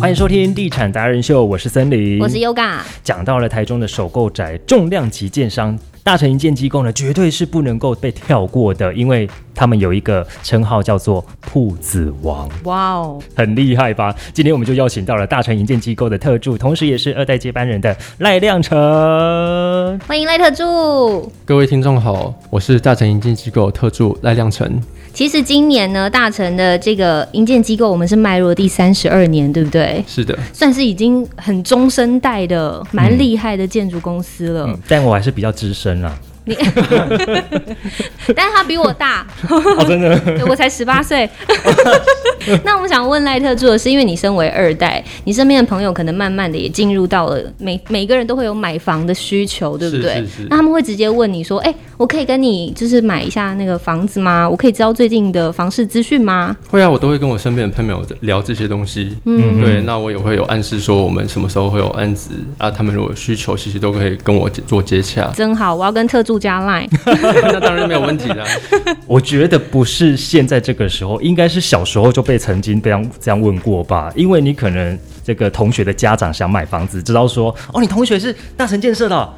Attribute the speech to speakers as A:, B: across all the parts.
A: 欢迎收听《地产达人秀》，我是森林，
B: 我是 Yoga。
A: 讲到了台中的首购宅重量级建商大成营建机构呢，绝对是不能够被跳过的，因为他们有一个称号叫做“铺子王”。
B: 哇哦，
A: 很厉害吧？今天我们就邀请到了大成营建机构的特助，同时也是二代接班人的赖亮成。
B: 欢迎赖特助。
C: 各位听众好，我是大成营建机构特助赖亮成。
B: 其实今年呢，大成的这个营建机构，我们是迈入了第三十二年，对不对？
C: 是的，
B: 算是已经很中生代的、蛮厉害的建筑公司了。
A: 嗯，但我还是比较资深啊。
B: 你，但是他比我 大，
A: 哦，真的，
B: 对我才十八岁。那我想问赖特助的是，因为你身为二代，你身边的朋友可能慢慢的也进入到了每每个人都会有买房的需求，对不对？
C: 是是是
B: 那他们会直接问你说：“哎、我可以跟你就是买一下那个房子吗？我可以知道最近的房市资讯吗
C: 会啊，我都会跟我身边的朋友聊这些东西。
A: 嗯
C: 嗯，对，那我也会有暗示说我们什么时候会有案子啊，他们如果有需求，其实都可以跟我做接 洽？”。
B: 真好，我要跟特助加 line。
C: 那当然没有问题啦。
A: 我觉得不是现在这个时候，应该是小时候就被曾经这样这样问过吧，因为你可能这个同学的家长想买房子，知道说，哦，你同学是大成建设 的啊、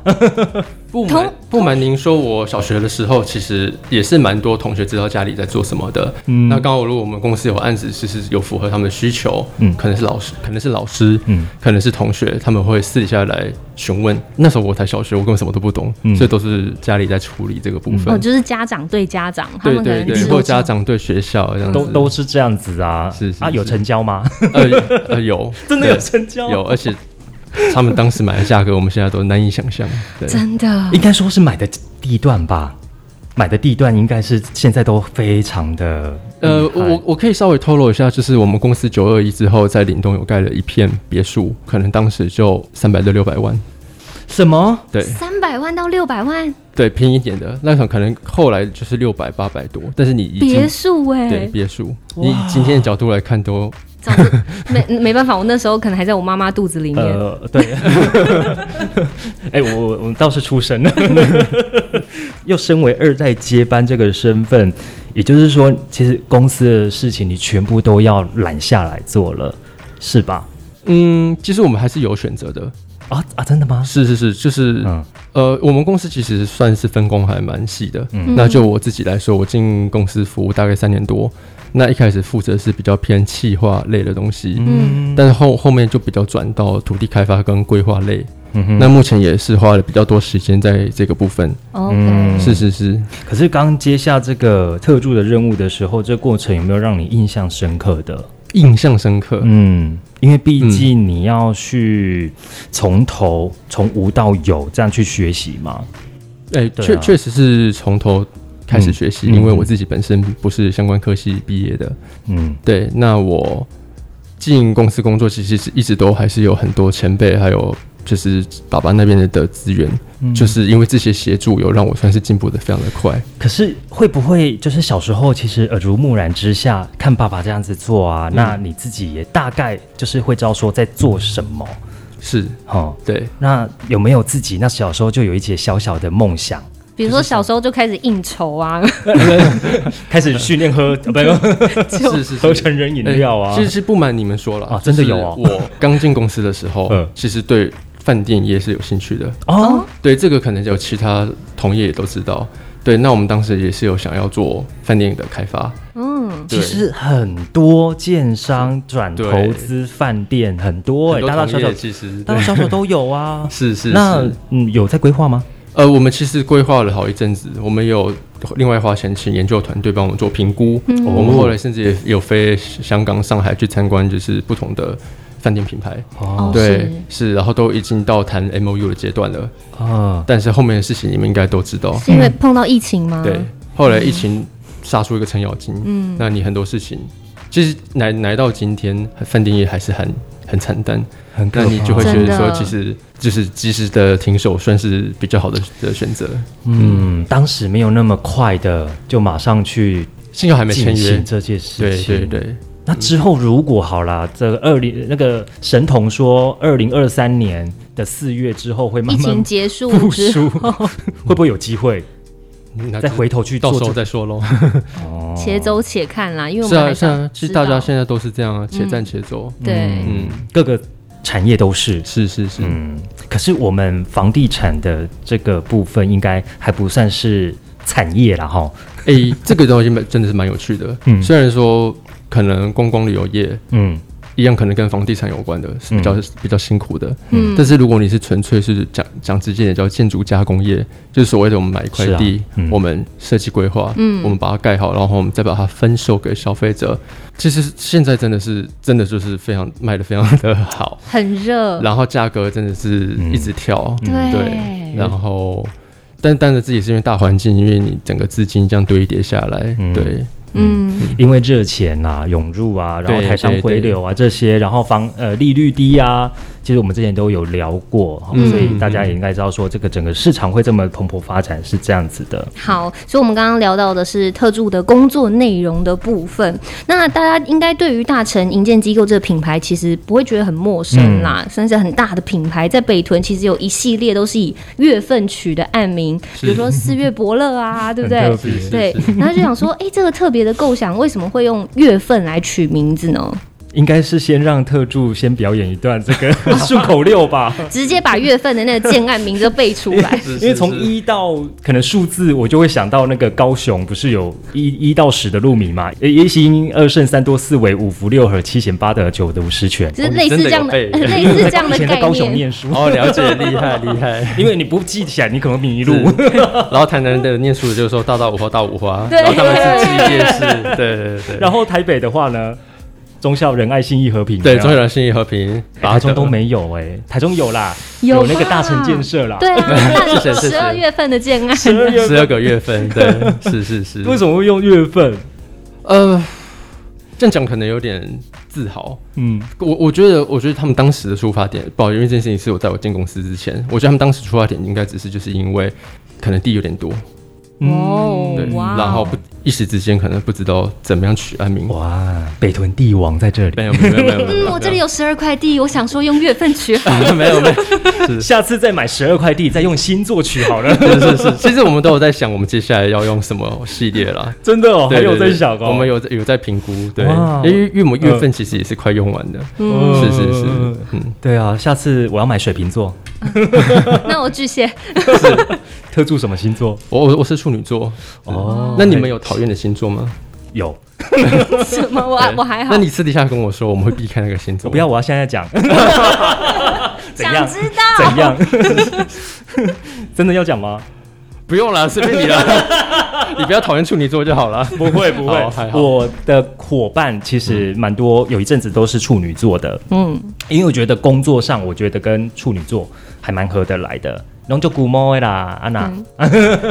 C: 不
B: 同
C: 瞒不瞒您说，我小学的时候其实也是蛮多同学知道家里在做什么的。嗯，那刚好如果我们公司有案子，其实有符合他们的需求，
A: 嗯
C: 嗯，可能是老师，可能是老师，
A: 嗯
C: 嗯，可能是同学，他们会私底下来询问。那时候我才小学，我根本什么都不懂，
A: 嗯
C: 所以都是家里在处理这个部分。
B: 哦，就是家长对家长，嗯他
C: 嗯对
B: 们可
C: 对
B: 能
C: 对，
B: 知
C: 或
B: 道
C: 家长对学校这样子
A: 嗯都都是这样子啊，
C: 是是
A: 啊，有
C: 是
A: 成交吗？
C: 呃呃有
A: 真的有成交？
C: 对有，，而且他们当时买的价格，我们现在都难以想象。对，
B: 真的
A: 应该说是买的地段吧， 买的地段应该是现在都非常的
C: 呃，
A: 厉害
C: 我我可以稍微透露一下，就是我们公司九二一之后，在岭东有盖了一片别墅，可能当时就三百到六百万，
A: 什么？
C: 对
B: 三百万到六百万
C: 对，便宜一点的那场可能后来就是六百八百多，但是你已
B: 别
C: 经
B: 墅哎、
C: 对别墅，你以今天的角度来看都
B: 早知没没办法，我那时候可能还在我妈妈肚子里
C: 嗯
B: 面。
A: 呃，对， 哎、我我我倒是出生了， 又身为二代接班这个身份，也就是说，其实公司的事情你全部都要揽下来做了，是吧？
C: 嗯，其实我们还是有选择的，
A: 啊啊，真的吗？
C: 是是是，就是、
A: 嗯
C: 呃，我们公司其实算是分工还蛮细的。
A: 嗯
C: 那就我自己来说，我进公司服务大概三年多，那一开始负责是比较偏企划类的东西，
B: 嗯
C: 但是后后面就比较转到土地开发跟规划类。
A: 嗯哼
C: 那目前也是花了比较多时间在这个部分。
B: ，OK，、
A: 嗯
C: 是是是，
A: 可是刚接下这个特助的任务的时候，这过程有没有让你印象深刻的？
C: 印象深刻。
A: 嗯，因为毕竟你要去从头从无到有这样去学习嘛。对
C: 哎、
A: 啊
C: 确确、实是从头开始学习，
A: 嗯
C: 因为
A: 嗯
C: 我自己本身不是相关科系毕业的。
A: 嗯
C: 对，那我进公司工作，其实是一直都还是有很多前辈，还有就是爸爸那边的的资源，
A: 嗯
C: 就是因为这些协助，有让我算是进步的非常的快。
A: 可是会不会就是小时候其实耳濡目染之下，看爸爸这样子做啊，
C: 嗯
A: 那你自己也大概就是会知道说在做什么，
C: 是，
A: 哦。
C: 对，
A: 那有没有自己那小时候就有一些小小的梦想，
B: 比如说小时候就开始应酬啊，
A: 开始训练喝呃不 是
C: 是是
A: 喝
C: 是。
A: 成人饮料啊
C: 哎？其实是不瞒你们说了
A: 啊真的有哦
C: 就是我刚进公司的时候
A: 嗯，
C: 其实对饭店业是有兴趣的。
A: 哦，
C: 对，这个可能有其他同业也都知道。对，那我们当时也是有想要做饭店的开发。
B: 嗯，
C: 对
A: 其实很多建商转
C: 对
A: 投资饭店很多哎、
C: 很多
A: 大大小
C: 同
A: 小
C: 业其实
A: 大大
C: 对。
A: 小小都有啊
C: 是是
A: 那
C: 是。
A: 嗯，有在规划吗？
C: 呃，我们其实规划了好一阵子，我们有另外花钱请研究团队帮我们做评估，我们后来甚至也有飞香港、上海去参观，就是不同的饭店品牌。
A: 哦
C: 对，是，然后都已经到谈 M O U 的阶段了，
A: 啊，
C: 但是后面的事情你们应该都知道。
B: 是啊因为碰到疫情吗？
C: 对，后来疫情杀出一个程咬金，嗯，那你很多事情，其实来来到今天，饭店业还是很很惨淡，
A: 很可
C: 那
A: 怕
C: 你就会觉得
B: 真
C: 说，
B: 的
C: 其实就是及时的停手算是比较好的的选择。
A: 嗯，当时没有那么快的就马上去
C: 幸好还没签
A: 进
C: 约
A: 行，这件事
C: 对
A: 情。
C: 对对，
A: 那之后如果好啦，这个二零那个神童说，二零二三年的四月之后会慢
B: 疫情
A: 慢
B: 结 束
A: 复
B: 之
A: 苏，会不会有机会？
C: 那
A: 再
C: 就
A: 回头去
C: 到
A: 做
C: 时候
A: 这
C: 再 说喽。
A: 哦
B: 且走且看啦，因为我
C: 是
B: 们
C: 啊，
B: 还
C: 是啊，
B: 想
C: 其
B: 知
C: 实
B: 道嗯
C: 大家现在都是这样啊，且战且走。
B: 对
C: 嗯，
A: 各个产业都是。
C: 是是是，
A: 嗯，可是我们房地产的这个部分应该还不算是产业啦，哈。
C: 诶，这个东西蛮真的是蛮有趣的。
A: 嗯
C: 虽然说可能观光旅游业
A: 嗯
C: 一样，可能跟房地产有关的是比较、
A: 嗯
C: 比较辛苦的。
B: 嗯
C: 但是如果你是纯粹是讲讲直接点叫建筑加工业，就是所谓的我们买一块
A: 是啊
C: 地，
A: 嗯
C: 我们设计规划，
B: 嗯
C: 我们把它盖好，然后我们再把它分售给消费者。其实现在真的是真的就是非常卖的非常的好，
B: 很热，
C: 然后价格真的是一直跳，
A: 嗯
B: 对
C: 然后。但当然，这也是因为大环境，因为你整个资金这样堆叠下来，
A: 嗯
C: 对，
B: 嗯，
A: 因为热钱啊涌入啊，然后
C: 对
A: 台商
C: 对
A: 回流啊这些，然后房呃利率低啊，其实我们之前都有聊过，哈
C: 嗯。
A: 所以大家也应该知道说这个整个市场会这么蓬勃发展是这样子的。
B: 好，所以我们刚刚聊到的是特助的工作内容的部分。那大家应该对于大成营建机构这个品牌，其实不会觉得很陌生啦，甚至很大的品牌，在北屯其实有一系列都是以月份取的案名，比如说四月伯乐啊，对不对
A: 很特？别
B: 对，然后就想说，哎、这个特别的构想为什么会用月份来取名字呢？
A: 应该是先让特助先表演一段这个顺口溜吧，
B: 直接把月份的那个建案名字背出 来
C: 是
A: 因为从一到可能数字，我就会想到那个高雄不是有一一到十的路名嘛，呃一心二胜三多四为五福六合七贤八得九读十全。
B: 就是类似这样的，
C: 哦你真的有
B: 类似这样
A: 以
B: 的
A: 前在
B: 概
A: 高雄
B: 念，
A: 念书，
C: 哦，了解，厉害厉害。
A: 因为你不记起来，你可能迷
C: 是
A: 路。
C: 然后台南的念书的就是说大道五花大五花，
B: 对
C: 然后他们是集夜市，对对对对，
A: 然后台北的话呢，忠孝仁爱信义和平，
C: 对
A: 有没
C: 中
A: 有
C: 原信义和平，
A: 哎
C: 八
A: 台
C: 德
A: 中都。没有哎，台中有啦，
B: 有
A: 那个
B: 吧
A: 大成建设啦。
B: 对 啊，那
C: 谢谢谢谢
B: 十二月份的建案，
A: 十二月
C: 十
A: 份
C: 二个月份，对，是是是。
A: 为什么会用月份？
C: 呃，这样讲可能有点自豪。
A: 嗯
C: 我我觉得，我觉得他们当时的出发点，不好意思，因为这件事情是我在我进公司之前，我觉得他们当时出发点应该只是就是因为可能地有点多，
B: 哦
C: 对，
B: 哇哦
C: 然后不一时之间可能不知道怎么样取安名。
A: 哇，北屯帝王在这里
C: 没。有没有没有没有没有，没
B: 嗯，
C: 有
B: 我这里有十二块地，我想说用月份取好。
C: 没有没有，
A: 下次再买十二块地，再用星座取好 了。
C: 是是是，其实我们都有在想，我们接下来要用什么系列啦。
A: 真的 哦，还
C: 对
A: 有
C: 对对
A: 在想哦。
C: 我们有在有在评估，对，
A: 哇
C: 因为因为我们月份其实也是快用完的，
A: 嗯
C: 是是是，嗯，
A: 对啊，下次我要买水瓶座，
B: 那我 巨蟹，
A: 特助什么星座？
C: 我我我是处女座，
A: 哦
C: 那你们有讨厌的星座吗？
A: 有？
B: 什么我还
C: 对
B: 我还好
C: 那。你私底下跟我说，我们会避开那个星座，
A: 我不要，我要现在 讲。怎样
B: 想？知道
A: 怎样？ 真的要讲吗？
C: 不用啦，随便你啦， 你不要讨厌处女座就好了。
A: 不会不
C: 好还好
A: 我的伙伴其实蛮多，有一阵子都是处女座的，
B: 嗯，
A: 因为我觉得工作上，我觉得跟处女座还蛮合得来的。然后就古猫的啦，安娜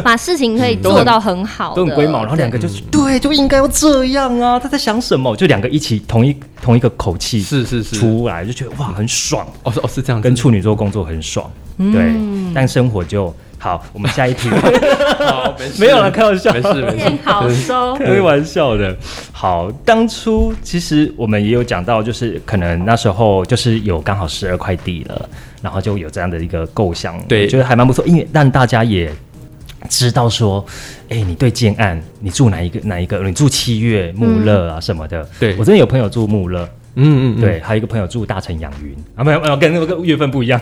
B: 把事情可以做到很好
A: 嗯
B: 的，
A: 都很龟毛，然后两个就是对，就应该要这样啊！他在想什么？就两个一起同一同一个口气
C: 是是是，
A: 出来，就觉得哇，很爽。
C: 哦是哦是这样子，
A: 跟处女座工作很爽，对，但生活就好。我们下一题，
C: 好没事
A: 没有啦，开玩笑，
C: 没 事没事
B: 见，好收。
A: 开玩笑的。好，当初其实我们也有讲到，就是可能那时候就是有刚好十二块地了，然后就有这样的一个构想，
C: 对
A: 我觉得还蛮不错，因为让大家也。知道说，哎、你对建案，你住哪一个哪一个？你住七月穆勒啊什么的。
C: 对
A: 我真的有朋友住穆勒，
C: 嗯嗯嗯，
A: 对，还有一个朋友住大城养云啊，没有没有，跟那个月份不一样。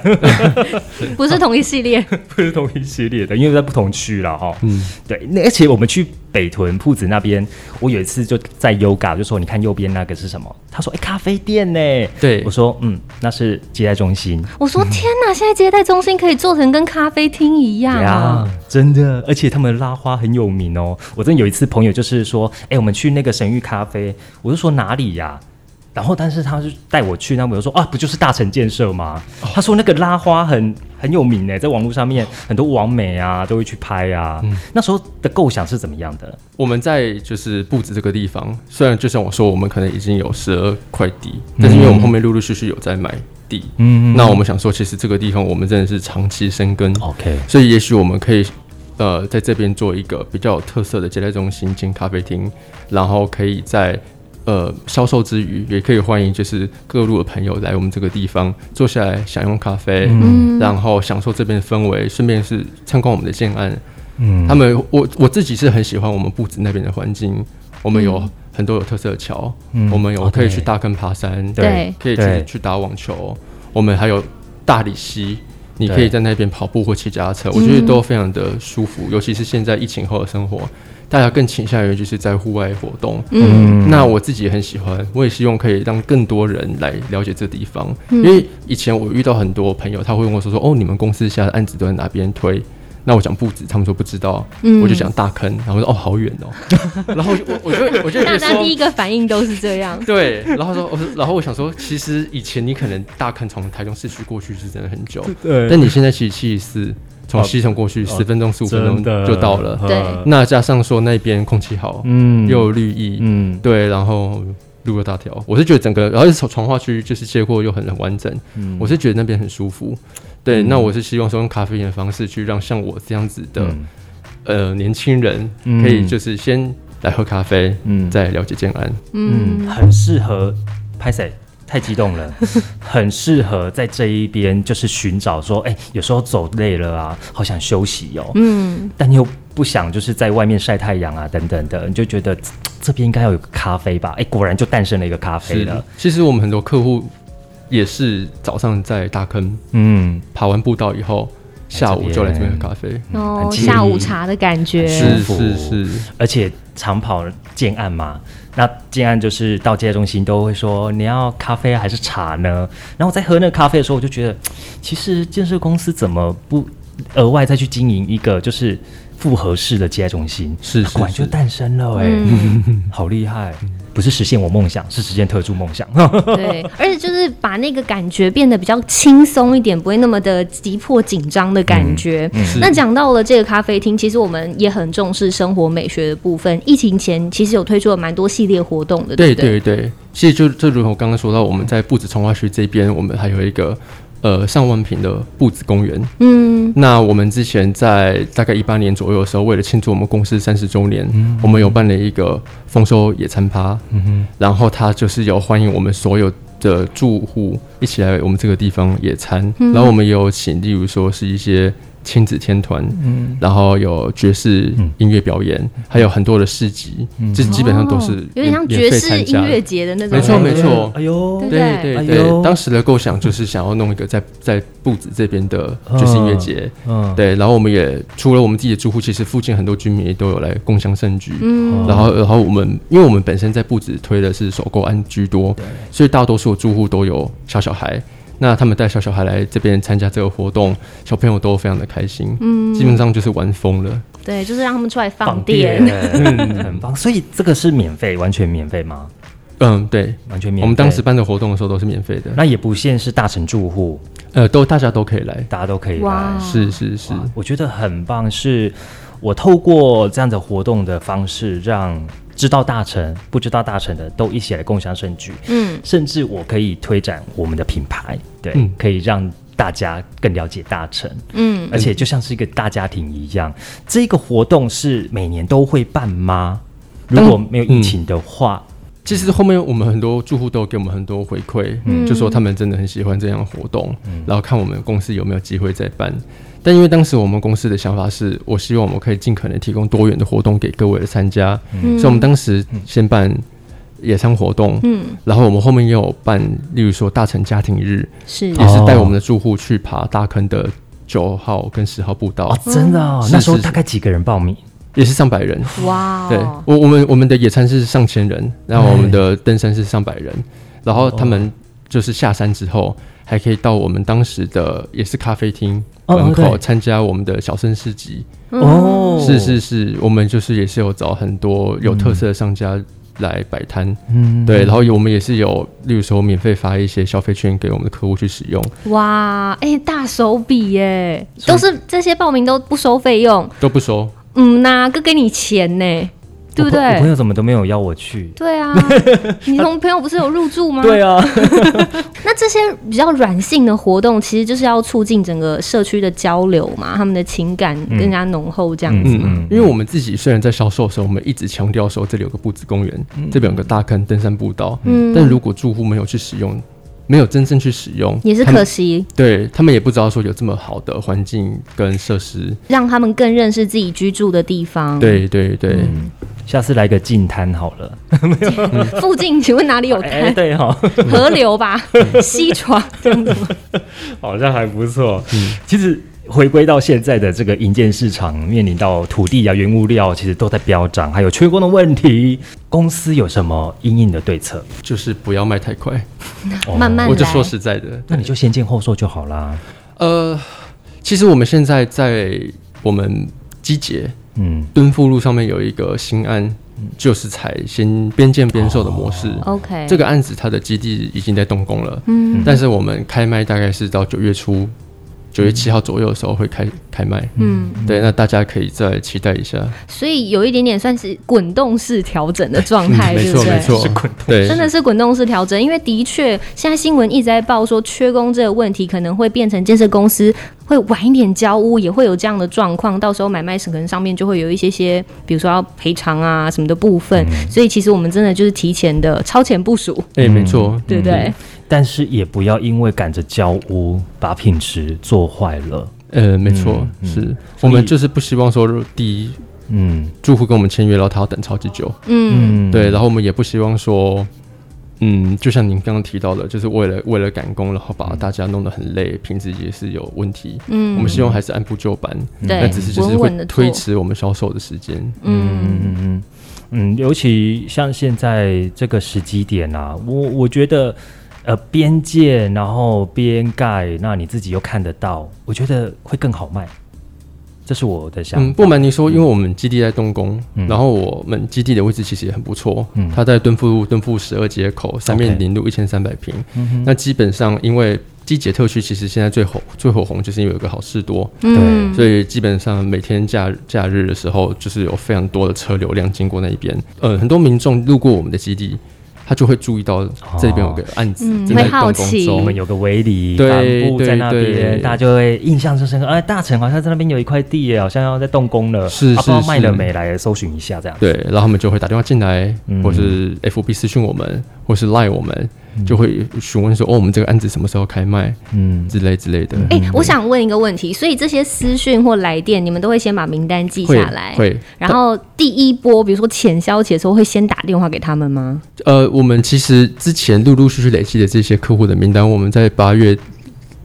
B: 不是同一系列，
A: 不是同一系列的，因为在不同区啦，哈。嗯
C: 嗯，
A: 对，那而且我们去北屯铺子那边，我有一次就在 Yoga 就说，你看右边那个是什么？他说，哎、咖啡店呢？
C: 对
A: 我说，嗯，那是接待中心。
B: 我
C: 嗯
B: 说天哪！现在接待中心可以做成跟咖啡厅一样啊！
A: 呀，真的，而且他们拉花很有名哦。我真的有一次朋友就是说，哎、我们去那个神域咖啡，我就说哪里呀、然后但是他就带我去，那我就说啊，不就是大成建设吗？
C: 哦
A: 他说那个拉花很很有名哎，在网络上面很多网美啊都会去拍啊。
C: 嗯
A: 那时候的构想是怎么样的？
C: 我们在就是布置这个地方，虽然就像我说，我们可能已经有十二块地，但是因为我们后面陆陆续续有在买地，
A: 嗯哦
C: 那我们想说，其实这个地方我们真的是长期生根，
A: OK，
C: 所以也许我们可以呃在这边做一个比较有特色的接待中心兼咖啡厅，然后可以在呃销售之余，也可以欢迎就是各路的朋友来我们这个地方坐
A: 嗯
C: 下来享用咖啡，然后享受这边的氛围，顺便是参观我们的建案。
A: 嗯
C: 他们我我自己是很喜欢我们布置那边的环境，我们有很多有特色的桥，
A: 嗯
C: 我们有
A: OK
C: 可以去大坑爬山，
B: 对
C: 可以自
A: 对
C: 己去打网球，我们还有大理溪。你
A: 对嗯
C: 可以在那边跑步或骑脚踏车，我觉得都非常的舒服，尤其是现在疫情后的生活，大家更倾向于就是在户外活动。
B: 嗯
A: 嗯
C: 那我自己也很喜欢，我也希望可以让更多人来了解这地方。
A: 嗯
C: 因为以前我遇到很多朋友，他会问我说说哦，你们公司下的案子都在哪边推？那我讲不止，他们说不知道，
B: 嗯
C: 我就讲大坑，然后说哦好远哦， 然后我就我我就我就
B: 大
C: 也
B: 家第
C: 说。
B: 一个反应都是这样
C: 对，然后说我说然后我想说，其实以前你可能大坑从台中市区过去是真的很久，
A: 对
C: 但你现在其实七十四从西城过去
A: 哦
C: 十分钟十五分
A: 真
C: 钟
A: 的
C: 就到了，
B: 对
A: 呃
C: 那加上说那边空气好，
A: 嗯
C: 又有绿意，
A: 嗯
C: 对，然后路又大条，我是觉得整个，然后从从化区就是街廓又很很完整，
A: 嗯
C: 我是觉得那边很舒服。对，那我是希望说用咖啡因的方式去让像我这样子的、
A: 嗯
C: 呃年轻人，
A: 嗯
C: 可以就是先来喝咖啡，
A: 嗯
C: 再了解建安。
A: 嗯，很适合拍谁？太激动了，很适合在这一边就是寻找说，哎、有时候走累了啊，好想休息哦，
B: 嗯，
A: 但又不想就是在外面晒太阳啊，等等的，你就觉得嘖这边应该要有个咖啡吧？哎、果然就诞生了一个咖啡
C: 是
A: 了
C: 的。，其实我们很多客户也是早上在大坑
A: 嗯，
C: 爬完步道以后，下午就来这边喝咖啡。
B: 哦
A: 很，惬意
B: 下午茶的感
A: 是
B: 觉，
A: 舒服
C: 是是是，
A: 而且长跑建案嘛，那建案就是到接待中心都会说你要咖啡还是茶呢？然后我在喝那个咖啡的时候，我就觉得，其实建设公司怎么不额外再去经营一个就是复合式的接待中心？
C: 是是嗯
A: 它果然就是诞生了哎、 好厉害！不是实现我梦想，是实现特助梦 想。
B: 对，而且就是把那个感觉变得比较轻松一点，不会那么的急迫紧张的感觉。
C: 嗯是
B: 那讲到了这个咖啡厅，其实我们也很重视生活美学的部分。疫情前其实有推出了蛮多系列活动的，
C: 对
B: 不对
C: 对对，其实就就如同我刚刚说到，我们在步子从化区这边，我们还有一个呃上万平的步子公园。
B: 嗯
C: 那我们之前在大概一八年左右的时候，为了庆祝我们公司三十周年，
A: 嗯
C: 我们有办了一个丰收野餐趴，然后它就是有欢迎我们所有的住户一起来我们这个地方野餐，
A: 嗯
C: 然后我们也有请，例如说是一些亲子天团，
A: 嗯
C: 然后有爵士音乐表演，还有很多的市集，
A: 嗯
C: 这基本上都是
B: 哦有点像
C: 免
B: 爵
C: 免费
B: 士
C: 参
B: 音
C: 加
B: 乐节的那种
C: 没
B: 感觉，
C: 错没错
A: 哎呦，
B: 对
C: 对对
A: 哎呦
C: 对，当时的构想就是想要弄一个在在布子这边的爵士音乐节，
A: 嗯，
C: 对，然后我们也除了我们自己的住户，其实附近很多居民也都有来共享盛举。
B: 嗯
C: 然后，然后我们因为我们本身在布置推的是首购案居多，所以大多数的住户都有小小孩。那他们带小小孩来这边参加这个活动，小朋友都非常的开心，嗯，基本上就是玩疯了。
B: 对，就是让他们出来放
A: 放
B: 电。
A: 电，嗯很棒。所以这个是免费，完全免费吗？
C: 嗯，对，
A: 完全免费。
C: 我们当时办的活动的时候都是免费的，
A: 那也不限是大城住户，
C: 呃，都大家都可以来，
A: 大家都可以来
B: 哇。
C: 是是是，
A: 我觉得很棒，是我透过这样的活动的方式，让知道大成、不知道大成的都一起来共享盛举，
B: 嗯，
A: 甚至我可以推展我们的品牌，对，
C: 嗯
A: 可以让大家更了解大成，
B: 嗯，
A: 而且就像是一个大家庭一样。这个活动是每年都会办吗？如果没有疫情的话，
C: 其实后面我们很多住户都有给我们很多回馈，就说他们真的很喜欢这样的活动，然后看我们公司有没有机会再办。但因为当时我们公司的想法是，我希望我们可以尽可能提供多元的活动给各位的参加，所以我们当时先办野餐活动，
B: 嗯
C: 然后我们后面也有办，例如说大成家庭日，
B: 是
C: 也是带我们的住户去爬大坑的九号跟十号步道
A: 哦，，
B: 嗯
A: 真的、哦，
C: 是
A: 那时候
C: 是是
A: 大概几个人报名？
C: 也是上百人。
B: 哇
C: 对
B: 哦，
C: 我我们我们的野餐是上千人，然后我们
A: 哎
C: 的登山是上百人，然后他们就是下山之后还可以到我们当时的也是咖啡厅
A: 哦
C: 门口
A: 对
C: 参加我们的小生市集。
B: 嗯
A: 哦，
C: 是是是，我们就是也是有找很多有特色的商家来摆摊，
A: 嗯，
C: 对，然后我们也是有，例如说免费发一些消费券给我们的客户去使用，
B: 哇，哎、大手笔耶，都是这些报名都不收费用，
C: 都不收。
B: 嗯呐，哥给你钱呢，对不
A: 我朋我朋
B: 对？
A: 友怎么都没有邀我去。
B: 对啊，你同朋友不是有入住吗？
A: 对啊，
B: 那这些比较软性的活动，其实就是要促进整个社区的交流嘛，他们的情感更加浓厚这样子。
C: 嗯，因为我们自己虽然在销售的时候，我们一直强调说这里有个步子公园，这边有个大坑登山步道，但如果住户没有去使用，没有真正去使用，
B: 也是
C: 他们
B: 可惜，
C: 对他们也不知道说有这么好的环境跟设施。
B: 让他们更认识自己居住的地方。，
C: 对对对，
A: 下次来个近滩好了。
B: 附近请问哪 里有
A: 哎、
B: 滩？
A: 对哈、
B: 河流吧，西床这样子吗？
A: 好像还不错。嗯其实回归到现在的这个营建市场，面临到土地啊、原物料其实都在飙涨，还有缺工的问题，公司有什么因应的对策？
C: 就是不要卖太快，
A: 哦
B: 慢慢
C: 我就
B: 来
C: 说实在的，
A: 那你就先建后售就好啦。
C: 呃，其实我们现在在我们机捷
A: 嗯，
C: 敦富路上面有一个新案，就是采先边建边售的模式。
B: OK，
C: 这
B: 个
C: 个案子它的基地已经在动工了，
B: 嗯
C: 但是我们开卖大概是到九月初，九月七号左右的时候会开开卖。
B: 嗯，
C: 对，那大家可以再期待一下。
B: 所以有一点点算是滚动式调整的状态，
C: 没
B: 对不
C: 错
B: 对
C: 嗯没？错，对，
B: 真的是滚动式调整，因为的确现在新闻一直在报说缺工这个问题可能会变成建设公司会晚一点交屋，也会有这样的状况，到时候买卖可能上面就会有一些些，比如说要赔偿啊什么的部分，所以其实我们真的就是提前的超前部署，
C: 哎、没错，
B: 对不对？
A: 但是也不要因为赶着交屋，把品质做坏了。
C: 呃，没错，
A: 嗯
C: 是
A: 所
C: 我
A: 以
C: 们就是不希望说，第一
A: 嗯
C: 住户跟我们签约，然后他要等超级久，
B: 嗯，
A: 嗯，
C: 对，然后我们也不希望说，嗯，就像您刚刚提到的，就是为了为了赶工，然后
A: 嗯
C: 把大家弄得很累，品质也是有问题。
B: 嗯
C: 我们希望还是按部就班，
B: 对
C: 那只是就是
B: 稳稳
C: 会
B: 地
C: 推
B: 做
C: 迟我们销售的时间。
B: 嗯
A: 嗯嗯嗯，尤其像现在这个时机点啊，我我觉得，呃，边界然后边盖，那你自己又看得到，我觉得会更好卖，这是我的想
C: 嗯，
A: 法。
C: 不瞒您说，因为我们基地在东宫，
A: 嗯
C: 然后我们基地的位置其实也很不错，
A: 嗯
C: 它在敦富路敦富十二街口三面临路一千三百平。
A: 嗯
C: 那基本上因为基捷特区其实现在最火最火红，就是因为有个好事多，
B: 嗯，
C: 所以基本上每天假假日的时候，就是有非常多的车流量经过那一边。呃，很多民众路过我们的基地，他就会注意到这边有个案子
B: 嗯
C: 正在
B: 会好
C: 动工
B: 奇
A: 我
C: 中
A: 们。有个围篱
C: 对
A: 帆布在
C: 对
A: 那
C: 对
A: 边，大家就会印象深刻。哎，大城好像在那边有一块地耶，好像要在动工了，
C: 是
A: 啊不知道
C: 是
A: 卖了
C: 是
A: 没？来搜寻一下这样。
C: 对，然后他们就会打电话进来，
A: 嗯
C: 或是 FB 私讯我们，或是 Line 我们，就会询问说，哦，我们这个案子什么时候开卖
A: 嗯，
C: 之类之类的。
B: 哎、我想问一个问题，所以这些私讯或来电，你们都会先把名单记
C: 会
B: 下来，
C: 会，
B: 然后第一波，比如说浅消解的时候，会先打电话给他们吗？
C: 呃，我们其实之前陆陆续续累积的这些客户的名单，我们在八月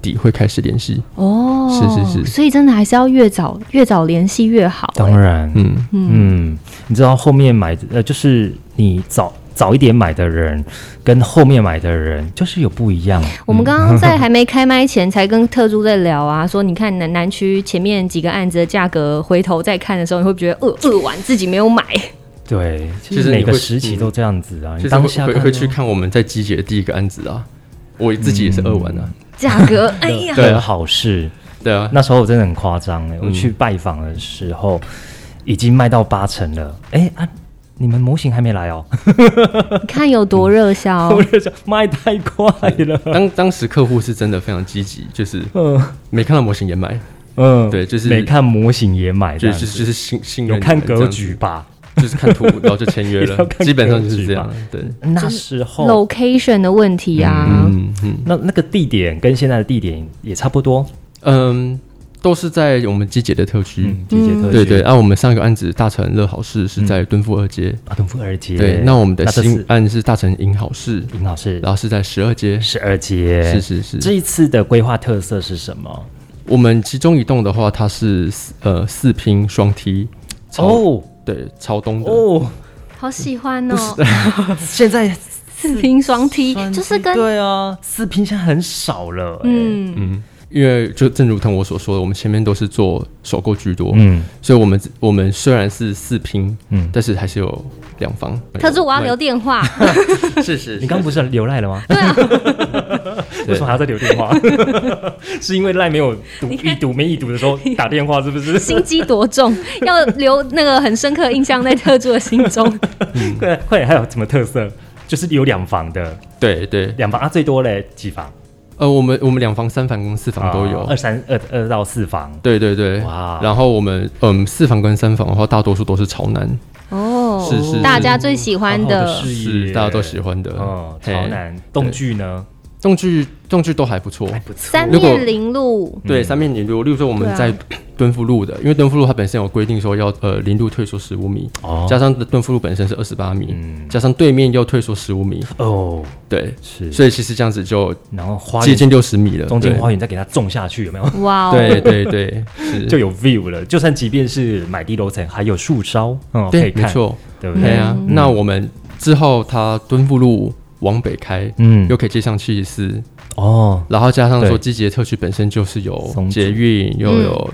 C: 底会开始联系。
B: 哦，
C: 是是是
B: 所以真的还是要越早越早联系越好、欸。
A: 当然，
C: 嗯，
A: 嗯，你知道后面买呃，就是你早早一点买的人跟后面买的人就是有不一样。
B: 我们刚刚在还没开麦前才跟特助在聊啊， 说你看南南区前面几个案子的价格，回头再看的时候，你会不会觉得饿饿完自己没有 买？
A: 对，
C: 其
A: 其
C: 实
A: 实
C: 你
A: 每个
C: 会
A: 时期
C: 嗯
A: 都这样子啊。你
C: 其实
A: 当
C: 会
A: 下
C: 会
A: 看
C: 会
A: 到
C: 去看我们在集结的第一个案子啊，我自己也是二完啊。
A: 嗯
B: 价格，哎呀，
C: 对啊嗯
A: 的好事，
C: 对啊，
A: 那时候我真的很夸张哎，我去拜访的时候已经卖到八成了，哎、啊。你们模型还没 来哦，
B: 你看有多热销
C: 嗯
A: 我，就想卖太快了。
C: 当当时客户是真的非常积极，就是
A: 嗯
C: 没看到模型也买，
A: 嗯，
C: 对就是
A: 没看模型也买这
C: 就
A: 样
C: 就
A: 子，
C: 是就是信信
A: 有
C: 任你
A: 看
C: 们这
A: 格
C: 样子
A: 局，吧？
C: 就是看图，然后就签约
A: 一定要
C: 了
A: 看，
C: 基本上
A: 格
C: 就是
A: 局
C: 这
A: 吧
C: 样。对，
A: 那时候
B: location 的问题啊。
C: 嗯嗯
A: 那那个地点跟现在的地点也差不多，
C: 嗯，都是在我们集结的特区。
A: 嗯，集结特区，
C: 对对，，按、我们上一个案子大成乐好市是在敦富二街，
A: 阿东富二街，
C: 对，那我们的
A: 这
C: 新
A: 次
C: 案是大成银好市，
A: 尹老师
C: 然后是在十二街，
A: 十二街，
C: 是是是。
A: 这一次的规划特色是什么？
C: 我们其中一栋的话，它是四呃四拼双梯，朝、
A: 哦
C: 对朝东的，
A: 哦，
B: 好喜欢哦，
A: 现在
B: 四拼双 踢，就是跟
A: 对啊，四拼现在很少了、哎
B: 嗯
C: 嗯，因为就正如同我所说的，我们前面都是做首购居多，
A: 嗯
C: 所以我们我们虽然是四拼，
A: 嗯，
C: 但是还是有两房。
B: 特助我要留
C: 对，
B: 电话，
C: 是是，
A: 你刚不是留赖了吗？
B: 啊
A: 为什么还要再留电话？ 是因为赖没有读已读没已读的时候打电话，是不是？
B: 心机多重，要留那个很深刻的印象在特助的心中。
A: 快点快点，还有什么特色？就是有两房的，
C: 对对，
A: 两房啊，最多嘞几房？
C: 呃，我们我们两房、三房跟四房都有，
A: 啊二三二二到四房。
C: 对对对，
A: 哇
C: 然后我们嗯，四房跟三房的话，大多数都是朝南，
B: 哦，
C: 是是是
B: 大家最喜欢
A: 好好的
B: 的
A: 事是
C: 是大家都喜欢的。
A: 哦，
C: 嘿
A: 朝南。动距呢？
C: 用具用具都还不错，
A: 不错嗯
B: 三
C: 如果
B: 面零路，
C: 对，三面零路，例如说我
B: 对
C: 们
B: 啊
C: 在敦富路的，因为敦富路它本身有规定说要呃零度退缩十五米，
A: 哦
C: 加上敦富路本身是二十八米，
A: 嗯
C: 加上对面又退缩十五米，
A: 哦，
C: 对，
A: 是，
C: 所以其实这样子就
A: 然后花
C: 接
A: 园
C: 近六十米了，
A: 中间
C: 对
A: 花园再给它种下去，有没有？
B: 哇哦，
C: 对对对，是，
A: 就有 view 了。就算即便是买低楼层，还有树梢，嗯，可以
C: 对，没
A: 看，
C: 错，
A: 对不
C: 对
A: 对？
C: 啊。那我们之后它敦富路往北开，
A: 嗯
C: 又，可以接上七十四，
A: 哦，
C: 然后加上
A: 对
C: 说积极的特区本身就是有
A: 松
C: 捷
A: 竹
C: 运，又
B: 嗯
C: 有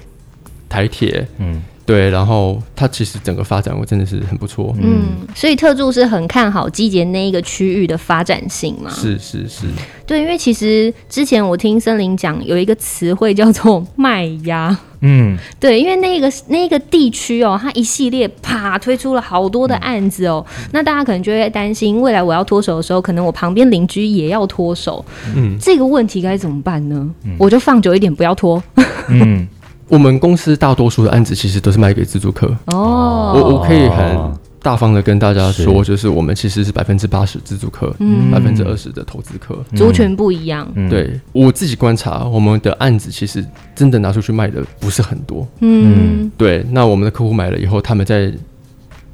C: 台铁，
A: 嗯，
C: 对，然后它其实整个发展我真的是很不错，
B: 嗯，所以特助是很看好基捷那一个区域的发展性嘛？
C: 是是是，
B: 对，因为其实之前我听森林讲有一个词汇叫做“卖压”，
A: 嗯，
B: 对，因为那个那个地区哦，它一系列啪推出了好多的案子哦，那大家可能就会担心，未来我要脱手的时候，可能我旁边邻居也要脱手，
C: 嗯，
B: 这个问题该怎么办呢？我就放久一点，不要脱
A: 嗯，
C: 我们公司大多数的案子其实都是卖给自助客，
B: 哦。
C: 我我可以很大方的跟大家说，
A: 是
C: 就是我们其实是百分之八十自助客，
B: 嗯
C: 百分之二十的投资客。
B: 族群不一样，
A: 嗯，
C: 对我自己观察，我们的案子其实真的拿出去卖的不是很多。
B: 嗯，
C: 对，那我们的客户买了以后，他们再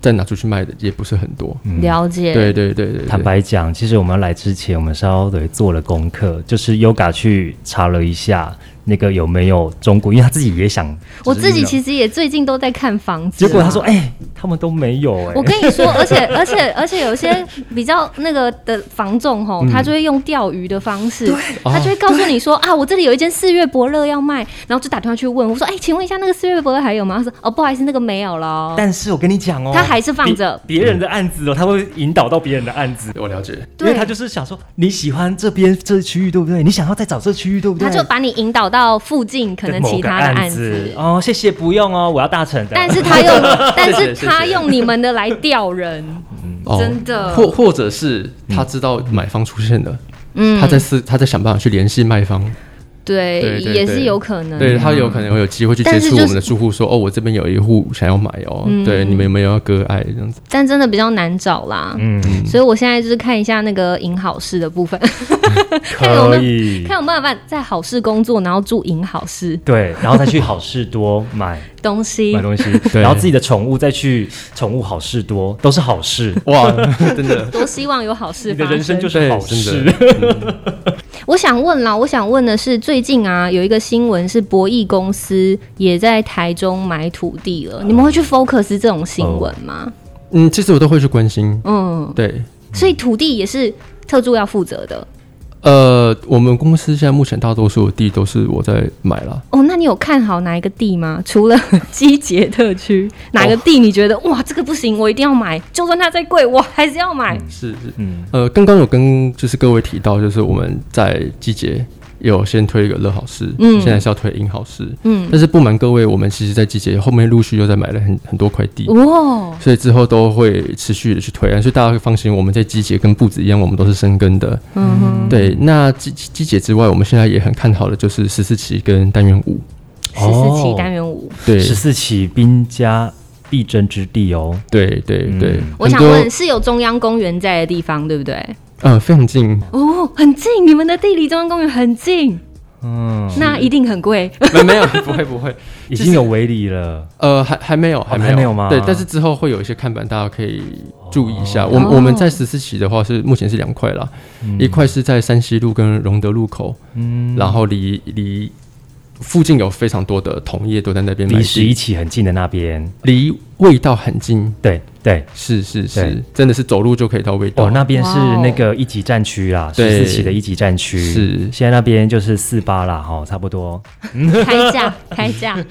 C: 再拿出去卖的也不是很多。
A: 嗯
B: 了解，
C: 对对对对对，
A: 坦白讲，其实我们来之前，我们稍微做了功课，就是 Yoga 去查了一下那个有没有中古，因为他自己也想，
B: 我自己
A: 实。
B: 其实也最近都在看房子
A: 结
B: 啊，
A: 果他说：“哎、他们都没有、哎，
B: 我跟你说，而且而且而且有些比较那个的房仲吼，他就会用钓鱼的方式，他就会告诉你说啊，我这里有一间四月伯乐要卖，然后就打电话去问我说，哎，请问一下那个四月伯乐还有吗？他说哦，不好意思，那个没有了哦。
A: 但是我跟你讲哦，
B: 他还是放着
A: 别别人的案子哦，他会引导到别人的案子，
C: 我了解。
A: 因为
B: 对
A: 他就是想说你喜欢这边这区域对不对？你想要再找这区域对不对？
B: 他就把你引导到附近可
A: 的
B: 能
A: 某
B: 其
A: 个
B: 他的案
A: 子
B: 子，
A: 哦，谢谢，不用哦，我要大成的。
B: 但是他用，但是
C: 谢谢
B: 他用你们的来钓人，真的
C: 哦或或者是他知道买方出现了，
B: 嗯
C: 他，在思他在想办法去联系卖方，
B: 对，
C: 对对
B: 也是
C: 对
B: 有可能，
C: 对他有可能会有机会去接
B: 但是
C: 触
B: 就是嗯
C: 我们的住户，说哦，我这边有一户想要买哦，对，你们有没有要割爱这样子？
B: 但真的比较难找啦，
A: 嗯，
B: 所以我现在就是看一下那个银好事的部分，看有
A: 可
B: 没有
A: 以，
B: 看有没有办法在好事工作，然后住银好事
A: 对，然后再去好事多买
B: 东西
A: 买。东 西，
C: 对
A: 然后自己的宠物再去宠物好事多，都是好 事。
C: 哇，真的，
B: 多希望有好事
A: 你
B: 发
A: 的
B: 生。
A: 人生就
C: 对
A: 是好
C: 真
A: 事
C: 的。
B: 我想问啦，我想问的是，最近啊有一个新闻是博弈公司也在台中买土地了，
A: 嗯
B: 你们会去 focus 这种新闻吗？
C: 嗯，其实我都会去关心，
A: 哦
B: 嗯，
C: 对，
B: 所以土地也是特助要负责的
C: 呃，我们公司现在目前大多数的地都是我在买啦。
B: 哦。那你有看好哪一个地吗？ 除了基捷特区，
A: 哦
B: 哪个地你觉得、哇这个不行，我一定要买，就算它再贵，我还是要买。
C: 是是，
A: 嗯，
C: 呃，刚刚有跟就是各位提到，就是我们在季节有先推一个乐好市，
B: 嗯
C: 现在是要推银好市，
B: 嗯
C: 但是不瞒各位，我们其实在季节后面陆续又在买了很很多块地。
B: 嗯
A: 嗯
B: 哇，
C: 所以之后都会持续的去推案，所以大家放心，我们在季节跟步子一样，我们都是深耕的。
B: 嗯哼，
C: 对，那季季节之外，我们现在也很看好的就是十四期跟单元五。
B: 十四期
A: 哦
B: 单元五。
C: 对
A: 十四起兵家必争之地哦。
C: 对对对，很
B: 嗯我想
C: 多
B: 问，，是有中央公园在的地方，对不对？
C: 呃，非 常近，
B: 哦，很近，你们的地离中央公园很近，
A: 嗯，
B: 那一定很 贵。
C: 没没有，不会不会，
A: 已经有围篱了。
C: 呃，还还没有，还没
A: 哦
C: 有，
A: 还没有吗
C: 对，但是之后会有一些看板，大家可以注意一下。我们
B: 哦
C: 我们在十四期的话是目前是两块啦，一块是在山西路跟荣德路口，
A: 嗯，
C: 然后离离附近有非常多的同业都在那边买
A: 离十一
C: 地，
A: 期很近的那边，
C: 离味道很近，
A: 对对，
C: 是是
A: 对
C: 是，真的是走路就可以到味道。
A: 哦，那边是
B: 哇哦
A: 那个一级战区啦，十
C: 对
A: 四期的一级战区
C: 是
A: 现在那边就是四八啦，哈，差不多。
B: 开价，开价，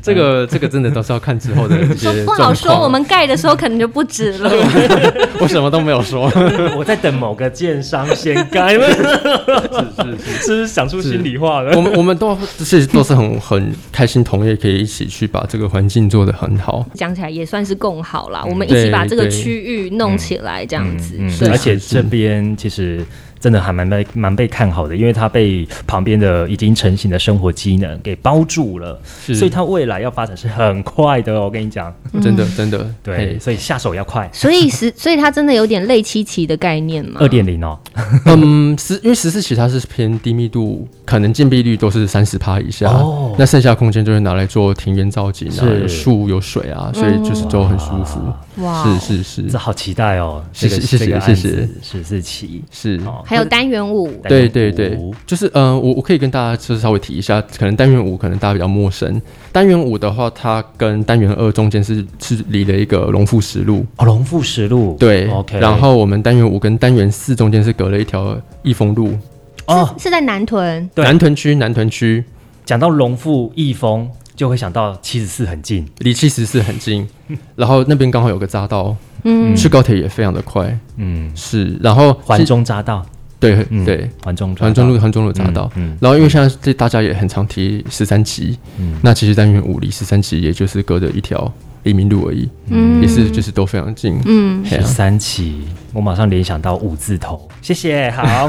C: 这个这个真的都是要看之后的一
B: 说
C: 些
B: 不好
C: 状
B: 说，
C: 况
B: 我们盖的时候可能就不止了。
C: 我什么都没有说，
A: 我在等某个建商先盖，
C: 是是。
A: 是不是想出心里话了？
C: 我们我们都其实都是很很开心，同业可以一起去把这个环境做得很好。
B: 讲起来也算是共好啦，我们一起把这个
C: 对对
B: 区域弄起来，这样子。
A: 嗯
C: 是
A: 而
B: 嗯对，
A: 且
C: 是
A: 这边其实真的还蛮被蛮被看好的，因为它被旁边的已经成型的生活机能给包住了，
C: 是
A: 所以它未来要发展是很快的哦。我跟你讲，
C: 真的真的
A: 对，
C: 嘿
A: 所以下手要快，
B: 所以十，所以它真的有点类七期的概念嘛？
A: 二点零哦，
C: 嗯，十因为十四期它是偏低密度，可能禁闭率都是三十趴以下，
A: 哦
C: 那剩下空间就是拿来做庭院造景啊，
A: 是
C: 有树有水啊，所以就是都很舒服。
B: 哇，
C: 是是
A: 这
C: 是
A: 好期待哦！
C: 谢谢谢谢谢谢
A: 十四期
C: 是。
A: 哦，
B: 还有单元舞，
A: 哎
C: 对对对
A: 单元舞，
C: 就是嗯、呃我我可以跟大家就是稍微提一下，可能单元五可能大家比较陌生。单元五的话，它跟单元二中间是是离了一个龙富实路，
A: 哦，龙富实路
C: 对
A: ，OK，
C: 然后我们单元五跟单元四中间是隔了一条益丰路，
A: 哦，
B: 是在南屯。
A: 对
C: 南屯区南屯区
A: 讲到龙富益丰，就会想到七十四很近，
C: 离七十四 很近，然后那边刚好有个匝道，
B: 嗯，
C: 去高铁也非常的快，
A: 嗯，
C: 是，然后
A: 环
C: 是
A: 中匝道，
C: 对
A: 嗯
C: 对，
A: 环中匝道
C: 环中路环中路匝道，
A: 嗯嗯嗯
C: 然后因为现在这大家也很常提十三期，那其实单元五离十三期也就是隔着一条黎明路而已，也是就是都非常近，
B: 嗯，
C: 嘿
A: 十
C: 啊
A: 三期，我马上联想到五字头，谢谢， 好，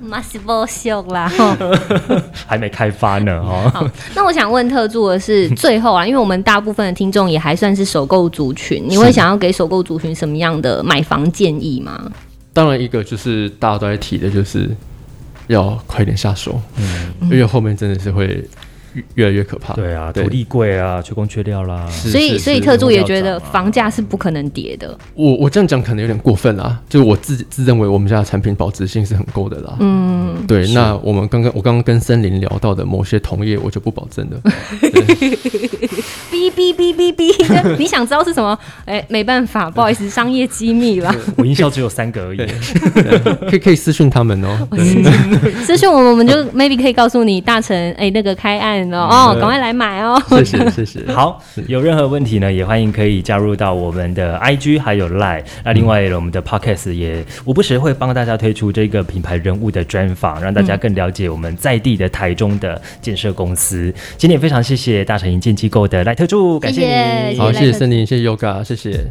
B: 马西波秀啦。吼
A: 还没开发呢哦。
B: 好，那我想问特助的是，
C: 嗯
B: 最后啊，因为我们大部分的听众也还算是首购族群，你会想要给首购族群什么样的买房建议吗？
C: 当然一个就是大家都在提的就是要快点下手，因为后面真的是会越越来越可怕，
A: 嗯对啊，
C: 对
A: 土地贵啊，缺工缺料 啦，
C: 是
B: 所以，
C: 是
B: 所以
C: 是
B: 特助也
A: 要
B: 觉得
A: 涨啊
B: 房价是不可能跌的。
C: 我我这样讲可能有点过分啦，就我自自认为我们家的产品保值性是很够的啦。
B: 嗯，
C: 对，那我们刚刚我刚刚跟森林聊到的某些同业，我就不保证了。
B: 哔哔哔哔 哔，你想知道是什么？哎，没办法，不好意思，商业机密啦。
A: 我音效只有三个而已。
C: 可以可以私讯他们哦。对
B: 私讯我们，我们就 maybe 可以告诉你大成，哎、那个开案了
C: 嗯
B: 哦，赶快来买哦。
C: 谢谢谢谢。
A: 好，有任何问题呢，也欢迎可以加入到我们的 IG 还有 Line。那另外，我们的 Podcast 也我不时会帮大家推出这个品牌人物的专访，让大家更了解我们在地的台中的建设公司。今天也非常谢谢大成营建机构的赖特助，感谢你，
B: 谢谢
C: 好，谢谢
B: 来客
C: 森林，谢谢 Yoga，谢谢。